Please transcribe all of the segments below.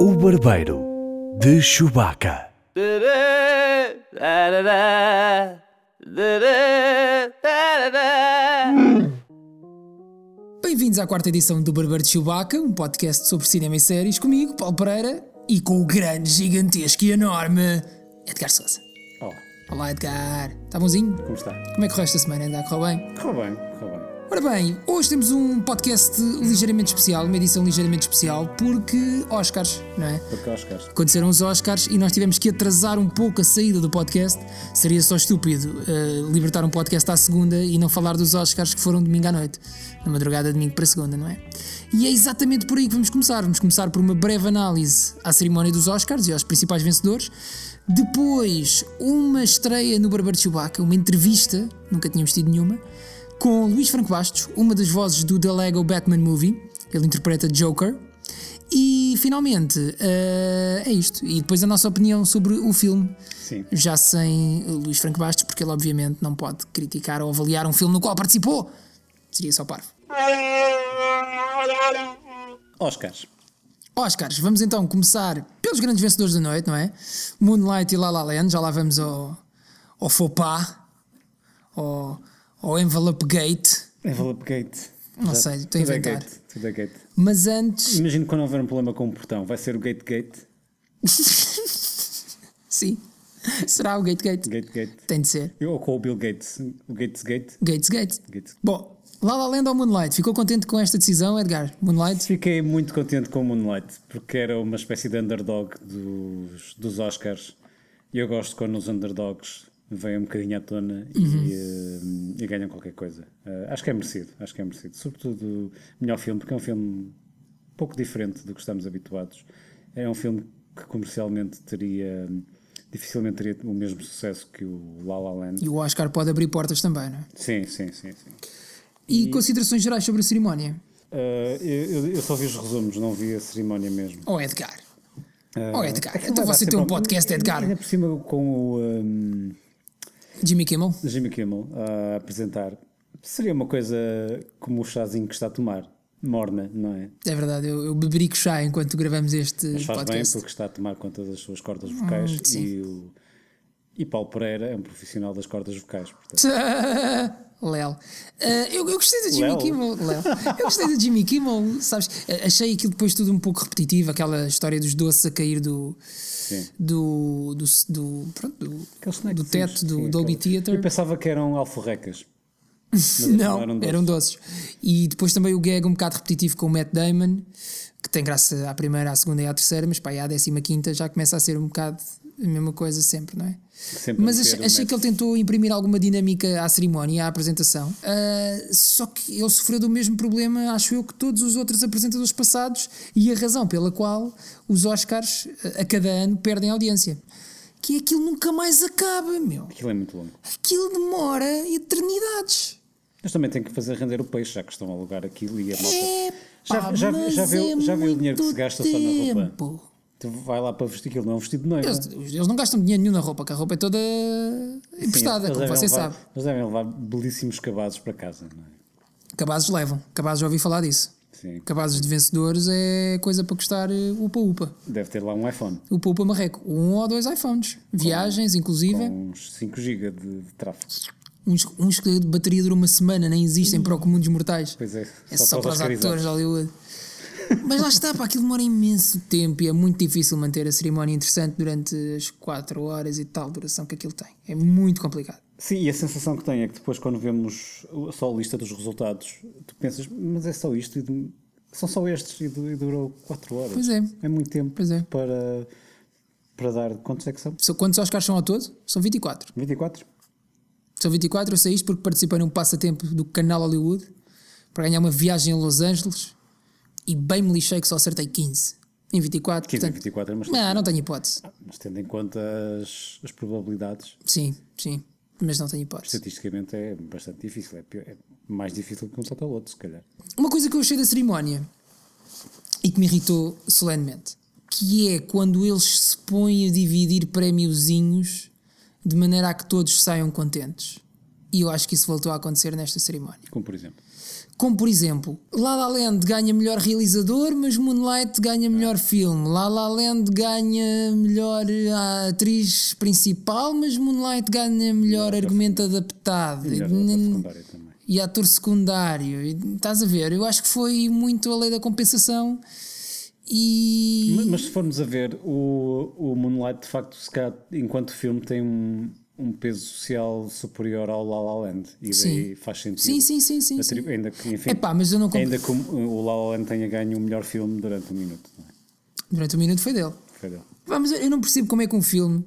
O Barbeiro de Chewbacca. Bem-vindos à quarta edição do Barbeiro de Chewbacca, um podcast sobre cinema e séries comigo, Paulo Pereira, e com o grande, gigantesco e enorme Edgar Sousa. Olá, Olá Edgar, está bonzinho? como está? Como é que correu esta semana? Ainda correu bem? Correu bem, correu bem. Ora bem, hoje temos um podcast ligeiramente especial, uma edição ligeiramente especial, porque Oscars, não é? Porque aos caros. Aconteceram os Oscars e nós tivemos que atrasar um pouco a saída do podcast. Seria só estúpido eh, libertar um podcast à segunda e não falar dos Oscars que foram domingo à noite, na madrugada de domingo para segunda, não é? E é exatamente por aí que vamos começar. Vamos começar por uma breve análise à cerimónia dos Oscars e aos principais vencedores. Depois, uma estreia no Barbeiro de Chewbacca, uma entrevista, nunca tínhamos tido nenhuma com Luís Franco Bastos, uma das vozes do The Lego Batman Movie. Ele interpreta Joker. E finalmente, eh, é isto. E depois a nossa opinião sobre o filme. Sim. Já sem Luís Franco Bastos, porque ele obviamente não pode criticar ou avaliar um filme no qual participou. Seria só parvo. Oscars. Oscars, vamos então começar pelos grandes vencedores da noite, não é? Moonlight e La La Land, já lá vamos ao, ao faux pas, ao, ao envelope gate. Envelope Gate. Não sei, estou a tudo é inventar. gate, Tudo é gate. Mas antes, Imagino que quando houver um problema com o portão, vai ser o Gate Gate. Sim. Será o Gate Gate? Gate Gate. Tem de ser. Eu, ou com o Bill Gates. O Gates Gate. Gates Gate. Gate. Bom, La La Land ou Moonlight? Ficou contente com esta decisão, Edgar? Moonlight? Fiquei muito contente com o Moonlight, porque era uma espécie de underdog dos, dos Oscars. E eu gosto quando os underdogs vêm um bocadinho à tona e, eh, e ganham qualquer coisa. Eh, acho que é merecido, acho que é merecido. Sobretudo melhor filme, porque é um filme um pouco diferente do que estamos habituados. É um filme que comercialmente teria dificilmente teria o mesmo sucesso que o La La Land. E o Oscar pode abrir portas também, não é? Sim, sim, sim, sim. E, considerações gerais sobre a cerimónia? Eh, eu, eu- eu só vi os resumos, não vi a cerimónia mesmo. Oh, Edgar. Eh, Oh, Edgar. aquilo Então vai dar você tem sempre um algum- podcast, Edgar. Ainda por cima com o hum, Jimmy Kimmel? Jimmy Kimmel a apresentar. Seria uma coisa como o chazinho que está a tomar. Morna, não é? É verdade, eu, eu beberico chá enquanto gravamos este Mas faz Um podcast. Hum, bem porque está a tomar conta das suas cordas vocais sim. e o. E Paulo Pereira é um profissional das cordas vocais, portanto. Léo. Ah, eu, eu gostei do Jimmy Léo. Kimmel. Léo. Eu gostei do Jimmy Kimmel, sabes? Ah, Achei aquilo depois tudo um pouco repetitivo, aquela história dos doces a cair do. Do, do, do- pronto, do- Aqueles snacks, do teto do sim, Dolby aquele- Eu Theatre. pensava que eram alforrecas. mas Não, eram doces. eram doces. E depois também o gag um bocado repetitivo com o Matt Damon, que tem graça à primeira, à segunda e à terceira, mas pá, e à décima quinta já começa a ser um bocado a mesma coisa sempre, não é? Sempre a Mas meter achei, um achei que ele tentou imprimir alguma dinâmica à cerimónia, à apresentação. Ah, só que ele sofreu do mesmo problema, acho eu, que todos os outros apresentadores passados e a razão pela qual os Oscars ah, a cada ano perdem audiência. Que aquilo nunca mais acaba, meu. Aquilo é muito longo. Aquilo demora eternidades. Eles também têm que fazer render o peixe, já que estão a alugar aquilo e a malta. É, Já- pá, já- já mas viu- é já viu o dinheiro que se muito gasta só na roupa? tempo. Tu vai lá para vestir aquilo, não é um vestido de noiva. Eles, eles não gastam dinheiro nenhum na roupa, que a roupa é toda emprestada, Sim, eles é como devem você levar- sabe. Eles devem levar belíssimos cabazes para casa, não é? Cabazes levam, cabazes já ouvi falar disso. Sim. Cabazes de vencedores é coisa para custar eh, upa-upa. Deve ter lá um iPhone Upa-upa marreco. Um ou dois iPhones. Viagens, inclusive. com uns 5 GB de, de tráfego. Uns, uns que um de bateria dura uma semana, nem existem para o comum dos mortais. Pois é, É só, para os oscarizados. atores de Hollywood. Mas lá está, pá, aquilo demora imenso tempo e é muito difícil manter a cerimónia interessante durante as 4 horas e tal duração que aquilo tem. É muito complicado. Sim, e a sensação que tenho é que depois, quando vemos o- só a lista dos resultados, tu pensas, mas é só isto, e de- são só estes, e, du- e durou 4 horas. Pois é. É muito tempo Pois é. para, para dar. Quantos é que são? São- Quantos Oscars são ao todo? São 24. 24? São 24, eu sei isto porque participei num passatempo do canal Hollywood para ganhar uma viagem a Los Angeles e bem me lixei que só acertei 15 em 24. 15 e portanto, Ah, 24 é uma não, não tenho hipótese. Mas tendo em conta as, as probabilidades, Sim, sim, mas não tenho hipótese. estatisticamente é bastante difícil. É, pior- é mais difícil que um total outro, se calhar. Uma coisa que eu achei da cerimónia e que me irritou solenemente, que é quando eles se põem a dividir prémiozinhos de maneira a que todos saiam contentes. E eu acho que isso voltou a acontecer nesta cerimónia. Como por exemplo. Como por exemplo, La La Land ganha melhor realizador, mas Moonlight ganha melhor filme. La La Land ganha melhor eh, atriz principal, mas Moonlight ganha melhor argumento adaptado. E- Melhor da secundária também. e ator secundário. E, estás a ver? Eu acho que foi muito a lei da compensação e. Mas, mas se formos a ver, o, o Moonlight, de facto, se calhar, enquanto filme, tem um, um peso social superior ao La La Land. E daí Sim. faz sentido. sim, sim, sim, sim. sim. Atribu- Ainda que, enfim, Epá, mas eu não comp... ainda que o o La La Land tenha ganho o melhor filme durante um minuto. Não é? Durante um minuto foi dele. Foi dele. Pá, Mas eu não percebo como é que um filme.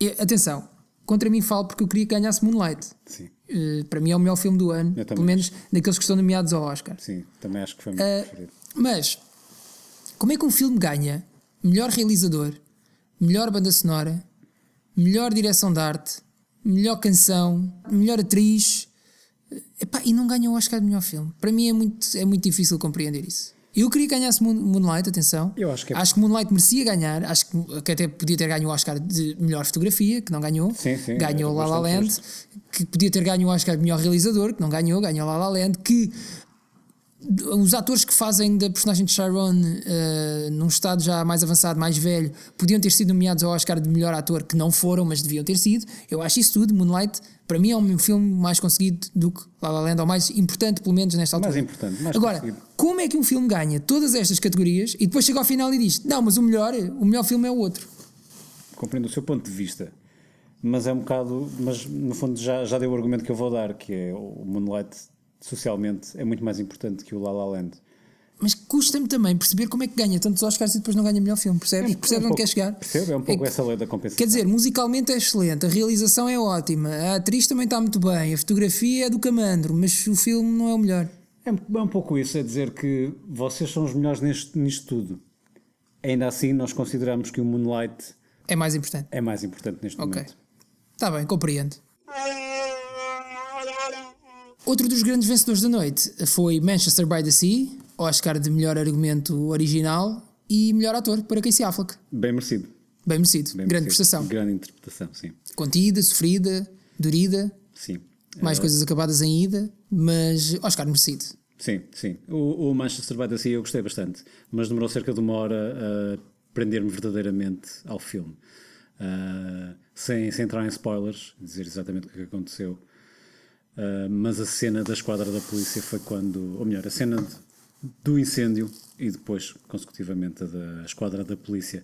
Eu- atenção, contra mim falo porque eu queria que ganhasse Moonlight. Sim, Eh, para mim é o melhor filme do ano, Eu também pelo menos daqueles que estão nomeados ao Oscar. sim. Também acho que foi meu Eh, preferido. mas como é que um filme ganha melhor realizador, melhor banda sonora, melhor direção de arte, melhor canção, melhor atriz eh, epá, e não ganha o Oscar de melhor filme? Para mim é muito, é muito difícil compreender isso. Eu queria que ganhasse Moon- Moonlight, atenção. Eu acho que é- Moonlight merecia ganhar. Acho que, que até podia ter ganho o Oscar de melhor fotografia, que não ganhou. Sim, sim, é, ganhou era La La bastante Land, que podia ter ganho o Oscar de melhor realizador, que não ganhou. Ganhou La La Land, que os atores que fazem da personagem de Sharon eh, num estado já mais avançado, mais velho, podiam ter sido nomeados ao Oscar de melhor ator, que não foram, mas deviam ter sido. Eu acho isso tudo. Moonlight, para mim, é um filme mais conseguido do que La La Land, ou mais importante, pelo menos nesta altura. Mais importante, mais Agora, conseguido. como é que um filme ganha todas estas categorias e depois chega ao final e diz: Não, mas o melhor, o melhor filme é o outro? Compreendo o seu ponto de vista. Mas é um bocado. Mas no fundo já, já deu o argumento que eu vou dar, que é o Moonlight socialmente é muito mais importante que o La La Land. Mas custa-me também perceber como é que ganha tantos Oscars e depois não ganha melhor filme, percebes? É um- Percebes é um onde pouco- quer chegar? Percebo, é um É pouco que- essa lei da compensação. Quer dizer, musicalmente é excelente, a realização é ótima, a atriz também está muito bem, a fotografia é do camandro, mas o filme não é o melhor. É um, é um pouco isso, é dizer que vocês são os melhores neste, nisto tudo. Ainda assim, nós consideramos que o Moonlight É mais importante. é mais importante neste Ok. momento. Está bem, compreendo. Outro dos grandes vencedores da noite foi Manchester by the Sea, Oscar de melhor argumento original e melhor ator para Casey Affleck. Bem merecido. Bem merecido, Bem grande merecido. prestação. Grande interpretação, sim. Contida, sofrida, dorida, Sim. mais É. coisas acabadas em ida, mas Oscar merecido. Sim, sim. O, o Manchester by the Sea eu gostei bastante, mas demorou cerca de uma hora a prender-me verdadeiramente ao filme. Ah, sem, sem entrar em spoilers, dizer exatamente o que é que aconteceu. Ah, mas a cena da esquadra da polícia foi quando. Ou melhor, a cena de- do incêndio e depois, consecutivamente, a da esquadra da polícia.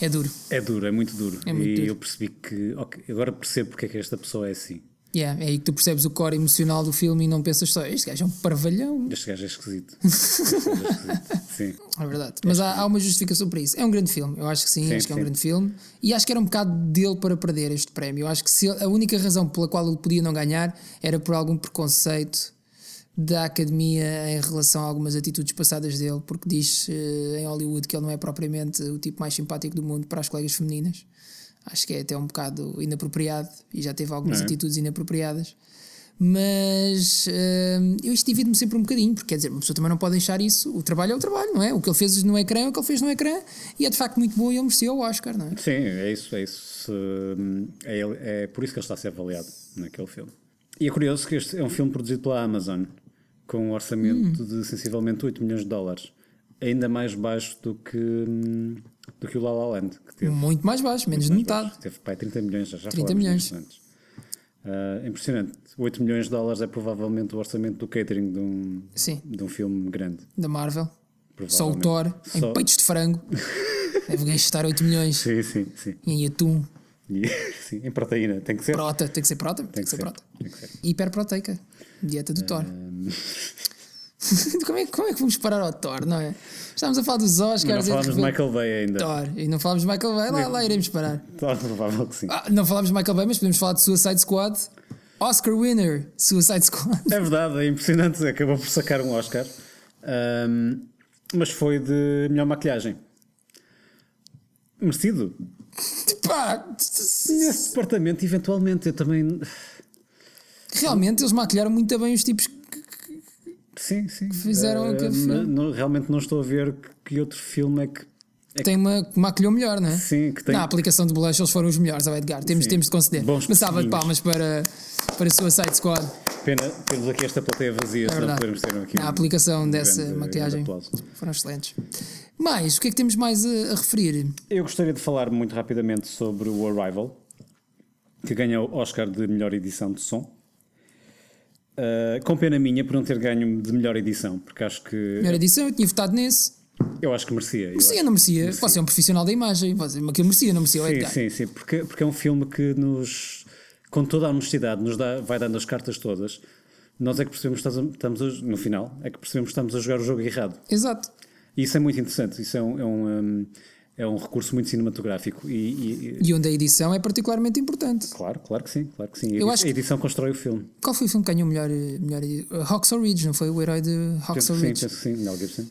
É duro. É duro, é muito duro. É muito e duro. eu percebi que. ok, agora percebo porque é que esta pessoa é assim. Yeah, é aí que tu percebes o core emocional do filme e não pensas só, este gajo é um parvalhão. Este gajo é esquisito. Este gajo é esquisito. Sim. É verdade. Mas há, há uma justificação para isso. É um grande filme, eu acho que sim, Sim, acho que é um sim. grande filme. E acho que era um bocado dele para perder este prémio. Eu acho que se ele- a única razão pela qual ele podia não ganhar era por algum preconceito da academia em relação a algumas atitudes passadas dele, porque diz eh, em Hollywood que ele não é propriamente o tipo mais simpático do mundo para as colegas femininas. Acho que é até um bocado inapropriado e já teve algumas É. atitudes inapropriadas. Mas hum, eu isto divido-me sempre um bocadinho, porque quer dizer, uma pessoa também não pode deixar isso. O trabalho é o trabalho, não é? O que ele fez no ecrã é o que ele fez no ecrã e é de facto muito bom e ele mereceu o Oscar, não é? Sim, é isso, é isso. Hum, É, ele- é por isso que ele está a ser avaliado naquele filme. E é curioso que este é um filme produzido pela Amazon, com um Hum. orçamento de sensivelmente 8 milhões de dólares, ainda mais baixo do que, hum, do que o La La Land, que teve, Muito mais baixo, menos de mais metade. baixo. teve pai, 30 milhões, já, já 30 falámos milhões. disto antes. Ah, impressionante. 8 milhões de dólares é provavelmente o orçamento do catering de um, Sim, de um filme grande. da Marvel. Só o provavelmente. Thor, em Só- peitos de frango. Deve gastar 8 milhões Sim, sim, sim. em atum, E- sim. Em proteína, tem que ser. prota, tem que ser prota, tem, que ser prota. Tem que ser. Hiperproteica, dieta do Thor. Hum. como, é, como é que vamos parar ao Thor, não é? Estávamos a falar dos Oscars Mas e não de falámos de repente- Michael Bay ainda. Thor. E não falámos de Michael Bay, lá, lá iremos parar. Tá provável que sim. Ah, não falámos de Michael Bay, mas podemos falar de Suicide Squad. Oscar winner, Suicide Squad. É verdade, é impressionante. Acabou por sacar um Oscar. Ahm, mas foi de melhor maquilhagem. Merecido. Pá, Nesse departamento, eventualmente, eu também. realmente eles maquilharam muito bem os tipos. que- Sim, sim. Fizeram um Ah, aquele mas filme. não- realmente não estou a ver que, que outro filme é que. que Tem uma que maquilhou melhor, não é? Sim, que tem. Na aplicação de blush eles foram os melhores, ao Edgar. Temos, temos de conceder. Bons Uma salva de palmas pesquinhas. para, para Suicide Squad. Pena, temos aqui esta plateia vazia, se não É verdade. podemos ter aqui. a um aplicação dessa grande- maquilhagem grande aplauso. foram excelentes. Mas o que é que temos mais a, a referir? Eu gostaria de falar muito rapidamente sobre o Arrival, que ganha o Oscar de melhor edição de som. Ah, com pena minha por não ter ganho de melhor edição, porque acho que Melhor edição, eu tinha votado nesse. eu acho que merecia. eu Merecia, não merecia. Você é um profissional da imagem. Você, é aquilo merecia, não merecia. Sim, Edgar. sim, sim, porque, porque é um filme que nos, com toda a honestidade, nos dá, vai dando as cartas todas. Nós é que percebemos que estás a- estamos a- no final, é que percebemos que estamos a jogar o jogo errado. Exato. E isso é muito interessante, isso é um, é um, hum, é um recurso muito cinematográfico. E, e- e- E onde a edição é particularmente importante. claro, claro que sim, claro que sim. A Eu edi- acho a que- edição constrói o filme. Qual foi o filme que ganhou o melhor. eh, melhor eh, Hacksaw Ridge, não foi? O herói de Penso Hacksaw que sim, Ridge. penso que sim, Mel Gibson.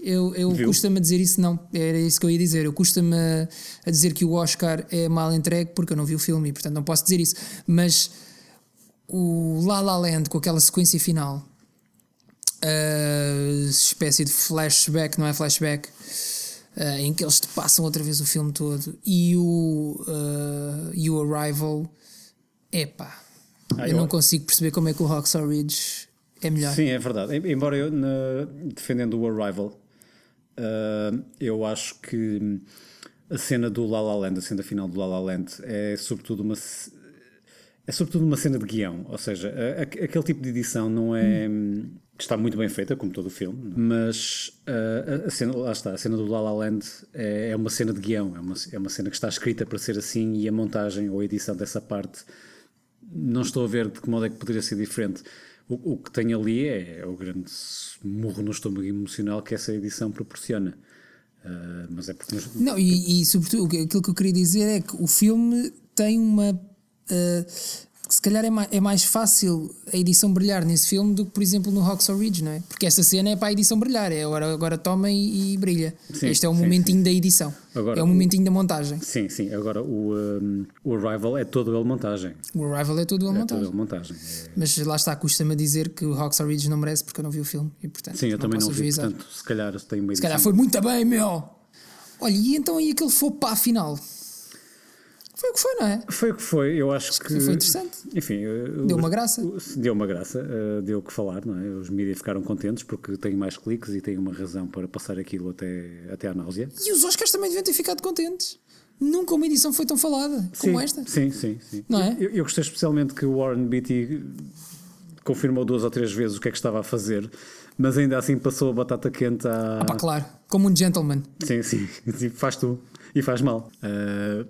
Eu, eu Viu? custa-me a dizer isso, não. Era isso que eu ia dizer. Eu custa-me a, a dizer que o Oscar é mal entregue porque eu não vi o filme e, portanto, não posso dizer isso. Mas o La La Land, com aquela sequência final, ah, espécie de flashback, não é flashback, ah, em que eles te passam outra vez o filme todo, e o, ah, e o Arrival, epá, Ah, eu, eu- não consigo perceber como é que o Rockstar Ridge é melhor. Sim, é verdade. Em- Embora eu, na- defendendo o Arrival, ah, eu acho que hum, a cena do La La Land, a cena final do La La Land, é sobretudo uma, ce- é sobretudo uma cena de guião. Ou seja, a- a- aquele tipo de edição não é. hum, Está muito bem feita, como todo o filme, mas ah, a, a cena, lá está, a cena do La La Land é, é uma cena de guião, é uma, é uma cena que está escrita para ser assim e a montagem ou a edição dessa parte não estou a ver de que modo é que poderia ser diferente. O, o que tem ali é, o grande murro no estômago emocional que essa edição proporciona. Ah, mas é porque. nos- Não, e, e sobretudo o que- aquilo que eu queria dizer é que o filme tem uma. ah, se calhar é mais, é mais fácil a edição brilhar nesse filme do que, por exemplo, no Hawks Ridge, não é? Porque essa cena é para a edição brilhar, é agora, agora toma e, e brilha. Sim, este é um sim, momentinho da edição, Agora, é um o- momentinho da montagem. Sim, sim. Agora, o, ah, o Arrival é todo ele montagem. O Arrival é tudo a É todo montagem. ele montagem. É- Mas lá está, custa-me a dizer que o Hawks Ridge não merece porque eu não vi o filme e, portanto, Sim, eu também posso não vi. avisar. Portanto, se calhar tem uma Se edição. calhar foi muito bem, meu! Olha, e então e aquele fopá final? Foi o que foi, não é? Foi o que foi, eu acho, que foi interessante. Enfim, eh, Deu os- uma graça. os- Deu uma graça, eh, deu o que falar, não é? Os mídias ficaram contentes porque têm mais cliques e têm uma razão para passar aquilo até, até à náusea. E os Oscars também deviam ter ficado contentes. Nunca uma edição foi tão falada como sim, esta. Sim, sim, sim. Não é? Eu, eu gostei especialmente que o Warren Beatty confirmou duas ou três vezes o que é que estava a fazer, mas ainda assim passou a batata quente à. Ah, pá, claro, como um gentleman. Sim, sim. E faz tu. E faz mal. Ah,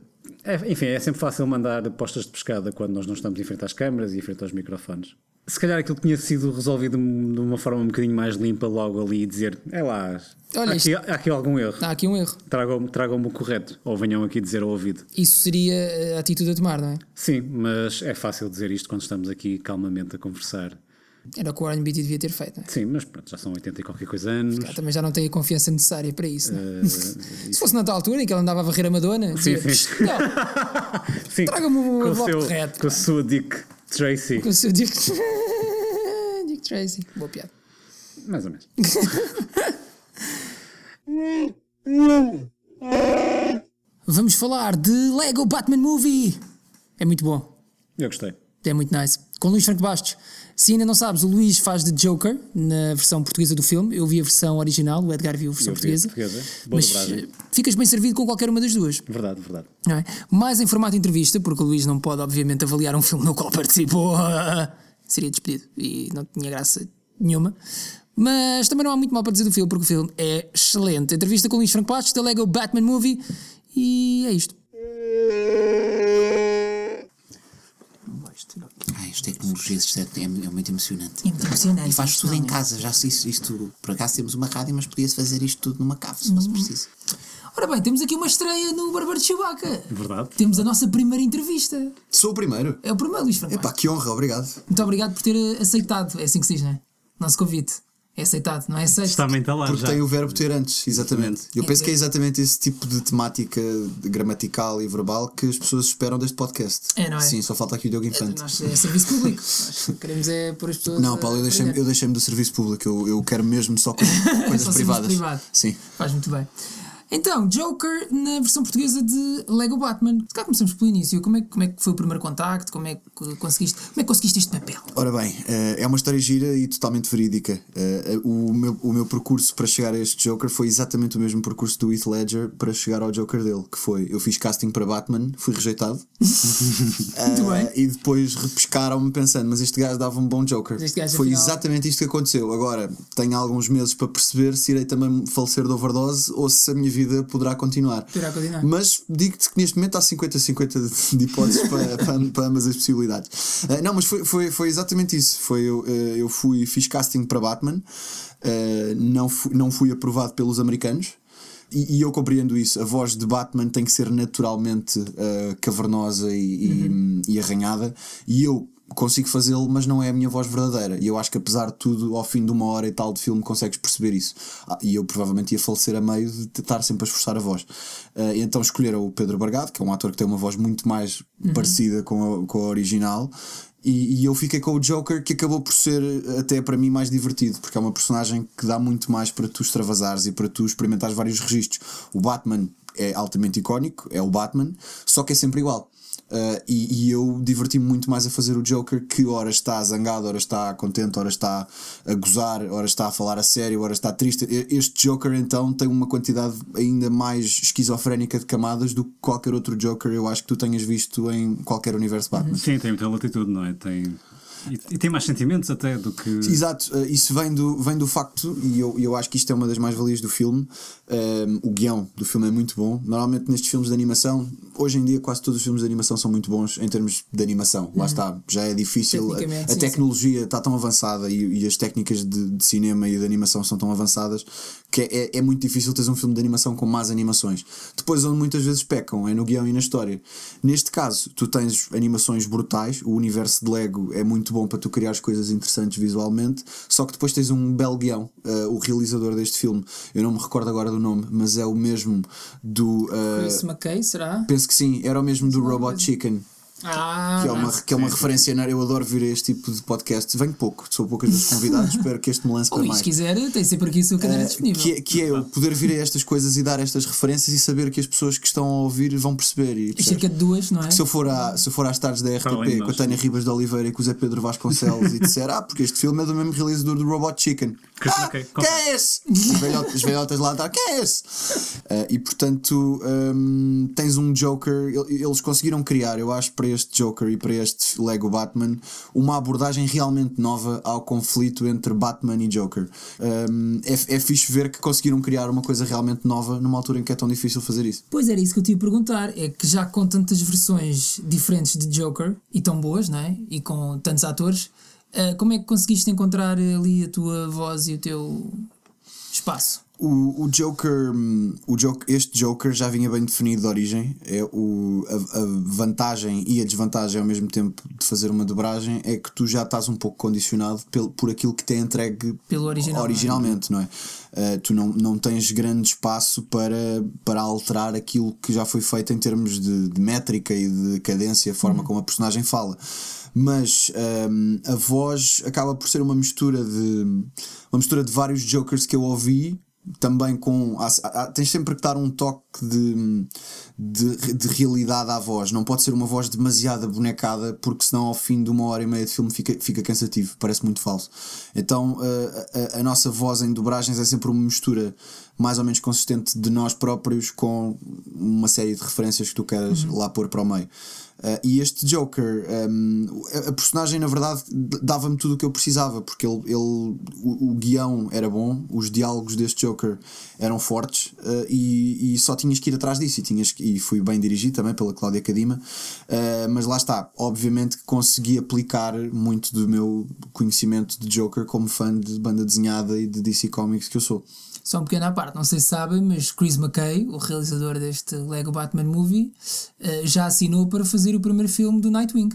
é- enfim, é sempre fácil mandar postas de pescada quando nós não estamos em frente às câmaras e em frente aos microfones. Se calhar aquilo tinha sido resolvido de uma forma um bocadinho mais limpa logo ali e dizer: é lá, Olha há aqui, há aqui algum erro. Há aqui um erro. Tragam-me tragam o correto. Ou venham aqui dizer ao ouvido. Isso seria a atitude a tomar, não é? Sim, mas é fácil dizer isto quando estamos aqui calmamente a conversar. Era o que o Warren Beatty devia ter feito, não é? Sim, mas pronto, já são 80 e qualquer coisa anos. Ah, Ah, Também já não tem a confiança necessária para isso. não é? Se fosse na tal altura em que ele andava a varrer a Madonna, dizia, Eh, sim. "Psst, não, Sim, Traga-me o com, o bloco seu- correto. com a sua Dick Tracy. com o seu Dick, Dick Tracy. Boa piada. Mais ou menos. Vamos falar de Lego Batman Movie. É muito bom. Eu gostei. É muito nice. Com Luís Franco Bastos. Se ainda não sabes, o Luís faz de Joker na versão portuguesa do filme. Eu vi a versão original, o Edgar viu a versão Eu vi a portuguesa. portuguesa. Boa Mas dobragem. eh, ficas bem servido com qualquer uma das duas. Verdade, verdade. Não é? Mais em formato de entrevista, porque o Luís não pode, obviamente, avaliar um filme no qual participou. Seria despedido e não tinha graça nenhuma. Mas também não há muito mal para dizer do filme, porque o filme é excelente. Entrevista com o Luís Franco Bastos, da Lego Batman Movie. E é isto. Ah, as tecnologias, isto é, é muito emocionante. Impressionante. E faz tudo em casa, já se isto, isto. Por acaso temos uma rádio, mas podia-se fazer isto tudo numa cave, se Uhum. fosse preciso. Ora bem, temos aqui uma estreia no Bárbaro de Chewbacca. Verdade. Temos a nossa primeira entrevista. Sou o primeiro. É o primeiro, Luís Franco. Epá, que honra, obrigado. Muito obrigado por ter eh, aceitado. É assim que se diz, não é? Nosso convite. É aceitado, não é aceito? Está mentalado Porque já. tem o verbo ter antes, exatamente. Eu penso que é exatamente esse tipo de temática de- gramatical e verbal que as pessoas esperam deste podcast. É, não é? Sim, só falta aqui o Diogo Infante. Nós é serviço público. Nós queremos é pôr as pessoas. Não, a- Paulo, eu a deixei-me brilhar. eu deixei do serviço público. Eu, eu quero mesmo só co- Só coisas serviço privadas. privado. Sim. Faz muito bem. Então, Joker na versão portuguesa de Lego Batman. Se cá começamos pelo início. Como é, que- como é que foi o primeiro contacto? Como é que conseguiste, como é que conseguiste este papel? Ora bem, eh, é uma história gira e totalmente verídica. Eh, O meu, o meu percurso para chegar a este Joker foi exatamente o mesmo percurso do Heath Ledger para chegar ao Joker dele, que foi eu fiz casting para Batman, fui rejeitado Muito eh, bem. e depois repescaram-me pensando, mas este gajo dava um bom Joker. Este gajo, foi afinal- exatamente isto que aconteceu. Agora tenho alguns meses para perceber se irei também falecer de overdose ou se a minha vida poderá continuar. Poderá continuar. Mas digo-te que neste momento há 50-50 de- de hipóteses para, para, para ambas as possibilidades. Ah, não, mas foi, foi, foi exatamente isso. Foi, eu, eh, eu fui, fiz casting para Batman, ah, não, fui, não fui aprovado pelos americanos. E, e eu compreendo isso. A voz de Batman tem que ser naturalmente ah, cavernosa e, e- Uhum. e arranhada. E eu consigo fazê-lo, mas não é a minha voz verdadeira. E eu acho que, apesar de tudo, ao fim de uma hora e tal de filme, consegues perceber isso. Ah, e eu provavelmente ia falecer a meio de tentar sempre a esforçar a voz. Ah, e então escolheram o Pedro Bargado, que é um ator que tem uma voz muito mais parecida com a, com a original. E, e eu fiquei com o Joker, que acabou por ser até para mim mais divertido, porque é uma personagem que dá muito mais para tu extravasares e para tu experimentares vários registros. O Batman é altamente icónico, é o Batman, só que é sempre igual. Uh, e, e eu diverti-me muito mais a fazer o Joker que ora está zangado, ora está contente, ora está a gozar, ora está a falar a sério, ora está triste. E- Este Joker então tem uma quantidade ainda mais esquizofrénica de camadas do que qualquer outro Joker eu acho que tu tenhas visto em qualquer universo Batman. Sim, tem muita latitude, não é? Tem... E, e tem mais sentimentos até do que. Exato, eh, isso vem do, vem do facto, e eu, eu acho que isto é uma das mais-valias do filme. ehm, o guião do filme é muito bom. Normalmente nestes filmes de animação, hoje em dia quase todos os filmes de animação são muito bons em termos de animação. Lá está, já é difícil. A, Uhum. Tecnicamente, a sim, tecnologia está tão avançada e, e as técnicas de, de cinema e de animação são tão avançadas que é, é muito difícil teres um filme de animação com más animações. Depois, onde muitas vezes pecam, é no guião e na história. Neste caso, tu tens animações brutais, o universo de Lego é muito bom para tu criares coisas interessantes visualmente, só que depois tens um belo guião. eh, o realizador deste filme, eu não me recordo agora do nome, mas é o mesmo do. eh, Chris McKay, será? penso que sim, era o mesmo do Robot Chicken. Ah, Que é uma, que é uma referência, na- eu adoro vir a este tipo de podcast. Venho pouco, sou poucas vezes convidado, espero que este me lance o para Luís, mais. se quiser, tem sempre aqui a sua cadeira disponível. Que, é- que é eu poder vir a estas coisas e dar estas referências e saber que as pessoas que estão a ouvir vão perceber. E, percebes? Cerca de duas, não é? se eu, for à, se eu for às tardes da além de RTP com a nós. Tânia Ribas de Oliveira e com o Zé Pedro Vasconcelos e disser Ah, porque este filme é do mesmo realizador do Robot Chicken. Que- ah, ok, quem é esse? Os velhotes- Os velhotas lá atrás, quem é esse? Ah, e portanto, hum, tens um Joker. el- Eles conseguiram criar, eu acho, para este Joker e para este Lego Batman, uma abordagem realmente nova ao conflito entre Batman e Joker. Hum, é, é fixe ver que conseguiram criar uma coisa realmente nova numa altura em que é tão difícil fazer isso. Pois era isso que eu te ia perguntar. É que já com tantas versões diferentes de Joker, e tão boas, não é? E com tantos atores, ah, como é que conseguiste encontrar ali a tua voz e o teu espaço? O, o Joker, hum, o Joker, este Joker já vinha bem definido de origem. É o, a, a vantagem e a desvantagem ao mesmo tempo de fazer uma dobragem é que tu já estás um pouco condicionado pel, por aquilo que te é entregue Pelo original, originalmente, não é? Ah, tu não, não tens grande espaço para, para alterar aquilo que já foi feito em termos de, de métrica e de cadência, a forma Uhum. como a personagem fala. Mas hum, a voz acaba por ser uma mistura de uma mistura de vários Jokers que eu ouvi também com. há- há- tens sempre que dar um toque de, de, de realidade à voz. Não pode ser uma voz demasiado bonecada, porque senão ao fim de uma hora e meia de filme fica, fica cansativo, parece muito falso. Então a, a- a nossa voz em dobragens é sempre uma mistura mais ou menos consistente de nós próprios com uma série de referências que tu queres lá pôr para o meio. Ah, e este Joker, hum, a- a personagem na verdade d- dava-me tudo o que eu precisava, porque ele, ele o, o guião era bom, os diálogos deste Joker eram fortes ah, e, e só tinhas que ir atrás disso. E, tinhas, que- e fui bem dirigido também pela Cláudia Cadima, ah, mas lá está, obviamente que consegui aplicar muito do meu conhecimento de Joker como fã de banda desenhada e de DC Comics que eu sou. Só um pequeno à parte, não sei se sabem, mas Chris McKay, o realizador deste Lego Batman Movie, eh, já assinou para fazer o primeiro filme do Nightwing.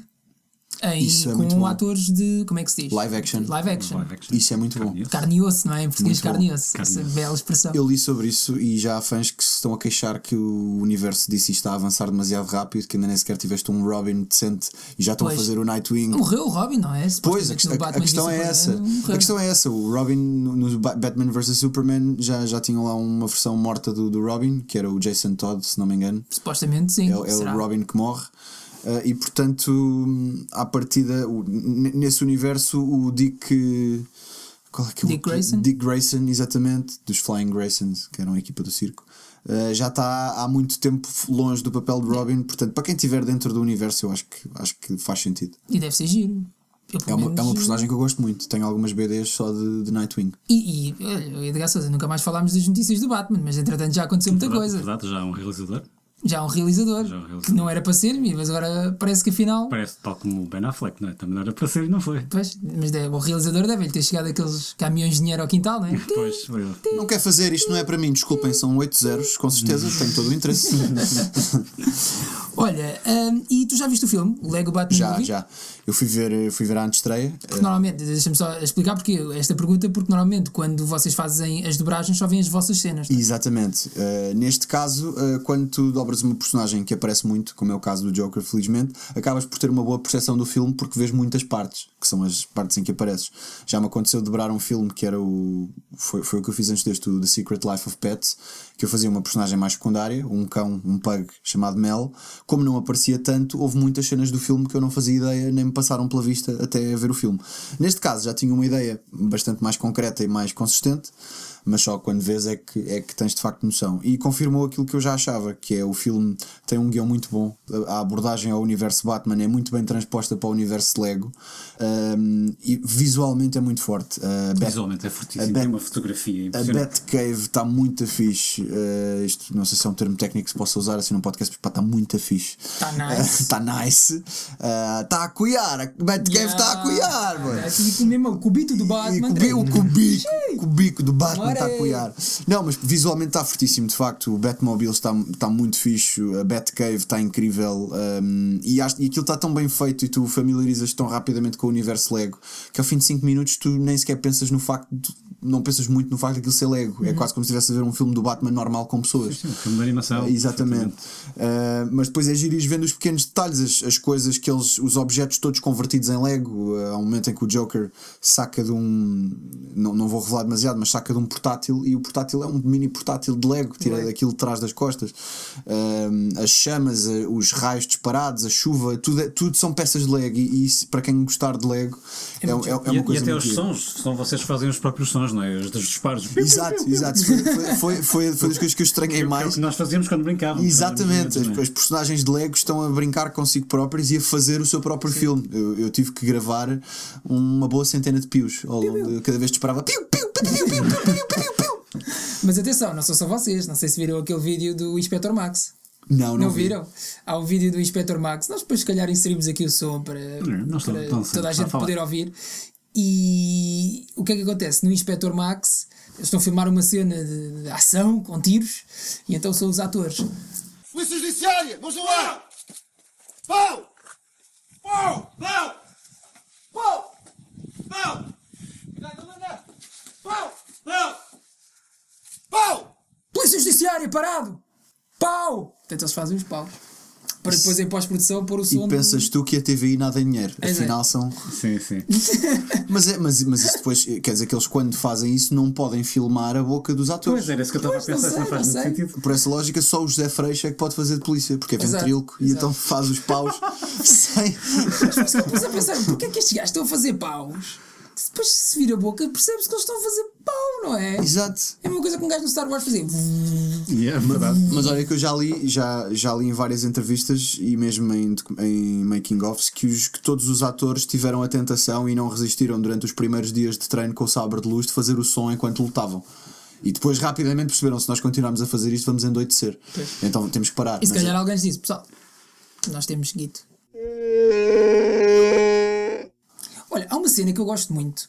em, Isso é com muito bom. atores de. Como é que se diz? Live action. Live action. Live action. Isso é muito bom. Carne Carne e e osso. osso, não é? Em português, Muito bom. carne e osso. Carne e Essa osso. bela expressão. Eu li sobre isso e já há fãs que se estão a queixar que o universo DC está a avançar demasiado rápido, que ainda nem sequer tiveste um Robin decente e já estão Pois. a fazer o Nightwing. Morreu o Robin, não é? Pois, Supostamente a, questão- no a- a Batman v questão é Superman, essa. morreu. A questão é essa. O Robin no no Ba- Batman vs Superman já, já tinham lá uma versão morta do, do Robin, que era o Jason Todd, se não me engano. Supostamente sim. É, o- é será? o Robin que morre. Ah, e portanto, hum, à partida, o- n- nesse universo, o Dick. eh, Qual é que é o Dick outro? Grayson? Dick Grayson, exatamente, dos Flying Graysons, que eram a equipa do circo. ah, já está há muito tempo longe do papel de Robin, portanto, para quem estiver dentro do universo, eu acho que, acho que faz sentido. E deve ser giro. Eu, É pelo uma, é uma menos, personagem que eu gosto muito. Tenho algumas BDs só de, de Nightwing. E, e olha, o Edgar Souza, nunca mais falámos das notícias do Batman, mas entretanto já aconteceu muita Verdade- coisa. Verdade, já é um realizador. Já há um realizador, Já há um realizador. que não era para ser, mas agora parece que afinal. Parece tal como o Ben Affleck, não é? Também não era para ser e não foi. Pois, mas deve- o realizador deve lhe ter chegado aqueles caminhões de dinheiro ao quintal, não é? Pois, foi ele. Não quer fazer, isto não é para mim, desculpem, são 8 zeros, com certeza, tenho todo o interesse. Olha, hum, e tu já viste o filme, o Lego Batman já, Movie? já. Eu fui ver, eu fui ver a antestreia. Porque normalmente, deixa-me só explicar porque esta pergunta, porque normalmente quando vocês fazem as dobragens só vêm as vossas cenas. não é? Exatamente. Uh, neste caso, uh, quando tu dobras uma personagem que aparece muito, como é o caso do Joker, felizmente, acabas por ter uma boa percepção do filme porque vês muitas partes, que são as partes em que apareces. Já me aconteceu dobrar um filme que era o. Foi, foi o que eu fiz antes deste, o The Secret Life of Pets, que eu fazia uma personagem mais secundária, um cão, um pug chamado Mel. Como não aparecia tanto, houve muitas cenas do filme que eu não fazia ideia, nem me passaram pela vista até ver o filme. Neste caso, já tinha uma ideia bastante mais concreta e mais consistente mas só quando vês é que, é que tens de facto noção. E confirmou aquilo que eu já achava, que é o filme tem um guião muito bom, a abordagem ao universo Batman é muito bem transposta para o universo Lego um, e visualmente é muito forte. A Bat- Visualmente é fortíssimo. A Tem Bat- uma fotografia a impressionante. Batcave está muito fixe. Uh, isto não sei se é um termo técnico que se possa usar assim num podcast, mas pá, está muito fixe. Tá nice. Está nice. Uh, Está a coiar. A Batcave está a coiar, mano. É tudo com o mesmo- o cubito do E Batman. é. com o bi- o cubico, o cubico do Batman Bora está a aí. apoiar. Não, mas visualmente está fortíssimo, de facto. O Batmobile está, está muito fixe, a Batcave está incrível um, e, acho- e aquilo está tão bem feito e tu familiarizas tão rapidamente com o universo Lego que ao fim de 5 minutos tu nem sequer pensas no facto de- não pensas muito no facto daquilo ser Lego. Uhum. É quase como se estivesse a ver um filme do Batman normal com pessoas. Sim, Um filme de animação. Exatamente. Uh, mas depois é giro ires vendo os pequenos detalhes, as, as coisas que eles, os objetos todos convertidos em Lego. Uh, há um momento em que o Joker saca de um. Não, não vou revelar demasiado, mas saca de um portátil e o portátil é um mini portátil de Lego, tira daquilo de trás das costas. Uh, as chamas, uh, os raios disparados, a chuva, tudo, é- tudo são peças de Lego. E, e isso, para quem gostar de Lego, é, é- E, é uma e coisa até muito os gira. sons, são vocês que fazem os próprios sons, não é? Os dos disparos. Exato, exato. Foi, foi, foi, foi- foi das coisas que eu estranhei É o mais. que nós fazíamos quando brincávamos. Exatamente, Não é? as, as personagens de Lego estão a brincar consigo próprias e a fazer o seu próprio filme. Eu, eu tive que gravar uma boa centena de pios. Ao longo de- cada vez disparava piu, piu, piu, piu, piu, piu, piu, piu, piu. Mas atenção, não são só vocês, não sei se viram aquele vídeo do Inspector Max. Não, não, Não vi. viram? Há o vídeo do Inspector Max. Nós depois, se calhar, inserimos aqui o som para, não estou- para não sei, toda a está a gente falar. poder ouvir. E o que é que acontece? No Inspector Max, eles estão a filmar uma cena de, de ação com tiros e então são os atores. Polícia Judiciária, vamos lá! Pau! Pau! Pau! Pau! Pau! Cuidado, Amanda! Pau! Pau! Pau! Polícia Judiciária, parado! Pau! Portanto, eles fazem os paus. Para depois, em pós-produção, pôr o som. E do- pensas tu que a TVI nada em dinheiro. Pois é. Afinal são. Sim, sim. Mas, é, mas, mas isso depois, quer dizer que eles quando fazem isso não podem filmar a boca dos atores. Pois era isso que eu estava a Pois, não pensar, isso não sei, faz não muito sei. sentido. Por essa lógica, só o José Freixo é que pode fazer de polícia, porque é Exato, ventríloco e exato. então faz os paus sem. Mas depois a pensar, porquê é que estes gajos estão a fazer paus? Depois se vira a boca, percebe-se que eles estão a fazer pau, não é? Exato. É uma coisa que um gajo no Star Wars fazia. é verdade. Mas olha que eu já li, já, já li em várias entrevistas e mesmo em, docu- em making-offs que, os- que todos os atores tiveram a tentação e não resistiram durante os primeiros dias de treino com o sabre de luz de fazer o som enquanto lutavam. E depois rapidamente perceberam: se nós continuarmos a fazer isto, vamos endoidecer. Então temos que parar. E se Mas calhar alguém disse, pessoal, nós temos guito. Olha, há uma cena que eu gosto muito.